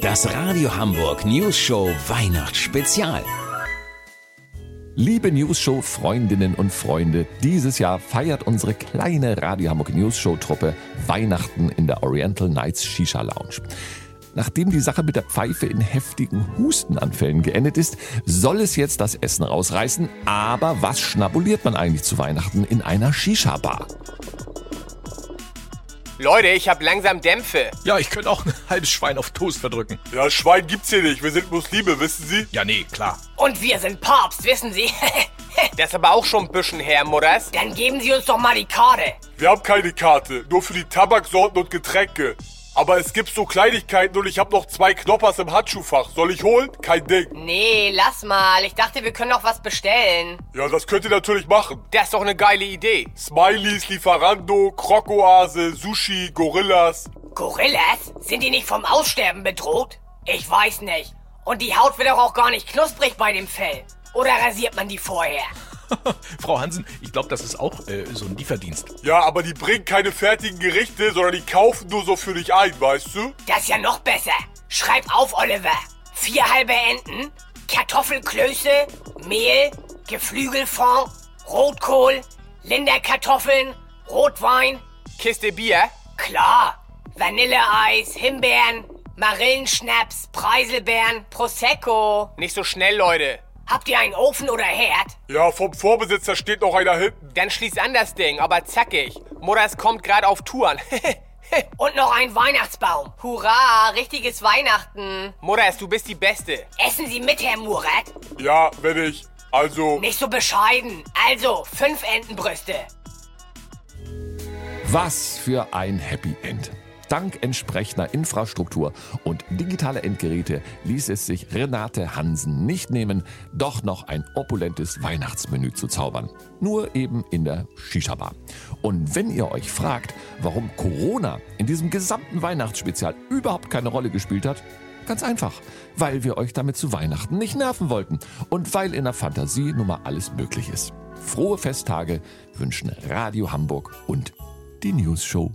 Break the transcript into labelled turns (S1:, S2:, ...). S1: Das Radio Hamburg News Show Weihnachtsspezial.
S2: Liebe News Show Freundinnen und Freunde, dieses Jahr feiert unsere kleine Radio Hamburg News Show Truppe Weihnachten in der Oriental Nights Shisha Lounge. Nachdem die Sache mit der Pfeife in heftigen Hustenanfällen geendet ist, soll es jetzt das Essen rausreißen. Aber was schnabuliert man eigentlich zu Weihnachten in einer Shisha-Bar?
S3: Leute, ich hab langsam Dämpfe.
S4: Ja, ich könnte auch ein halbes Schwein auf Toast verdrücken.
S5: Ja, Schwein gibt's hier nicht. Wir sind Muslime, wissen Sie?
S4: Ja, nee, klar.
S6: Und wir sind Papst, wissen Sie?
S3: Das ist aber auch schon ein bisschen her, Mutters.
S6: Dann geben Sie uns doch mal die Karte.
S5: Wir haben keine Karte. Nur für die Tabaksorten und Getränke. Aber es gibt so Kleinigkeiten und ich hab noch zwei Knoppers im Handschuhfach. Soll ich holen? Kein Ding.
S6: Nee, lass mal. Ich dachte, wir können noch was bestellen.
S5: Ja, das könnt ihr natürlich machen.
S3: Das ist doch eine geile Idee.
S5: Smileys, Lieferando, Krokoase, Sushi, Gorillas.
S6: Gorillas? Sind die nicht vom Aussterben bedroht? Ich weiß nicht. Und die Haut wird doch auch gar nicht knusprig bei dem Fell. Oder rasiert man die vorher?
S4: Frau Hansen, ich glaube, das ist auch äh, so ein Lieferdienst.
S5: Ja, aber die bringen keine fertigen Gerichte, sondern die kaufen nur so für dich ein, weißt du?
S6: Das ist ja noch besser. Schreib auf, Oliver. Vier halbe Enten, Kartoffelklöße, Mehl, Geflügelfond, Rotkohl, Linderkartoffeln, Rotwein.
S3: Kiste Bier?
S6: Klar. Vanilleeis, Himbeeren, Marillenschnaps, Preiselbeeren, Prosecco.
S3: Nicht so schnell, Leute.
S6: Habt ihr einen Ofen oder Herd?
S5: Ja, vom Vorbesitzer steht noch einer hinten.
S3: Dann schließ an das Ding, aber zackig. Mutters kommt gerade auf Touren.
S6: Und noch einen Weihnachtsbaum. Hurra, richtiges Weihnachten.
S3: Mutters, du bist die Beste.
S6: Essen Sie mit, Herr Murat?
S5: Ja, wenn ich. Also.
S6: Nicht so bescheiden. Also, fünf Entenbrüste.
S2: Was für ein Happy End. Dank entsprechender Infrastruktur und digitaler Endgeräte ließ es sich Renate Hansen nicht nehmen, doch noch ein opulentes Weihnachtsmenü zu zaubern. Nur eben in der Shisha-Bar. Und wenn ihr euch fragt, warum Corona in diesem gesamten Weihnachtsspezial überhaupt keine Rolle gespielt hat, Ganz einfach, weil wir euch damit zu Weihnachten nicht nerven wollten und weil in der Fantasie nun mal alles möglich ist. Frohe Festtage wünschen Radio Hamburg und die News Show.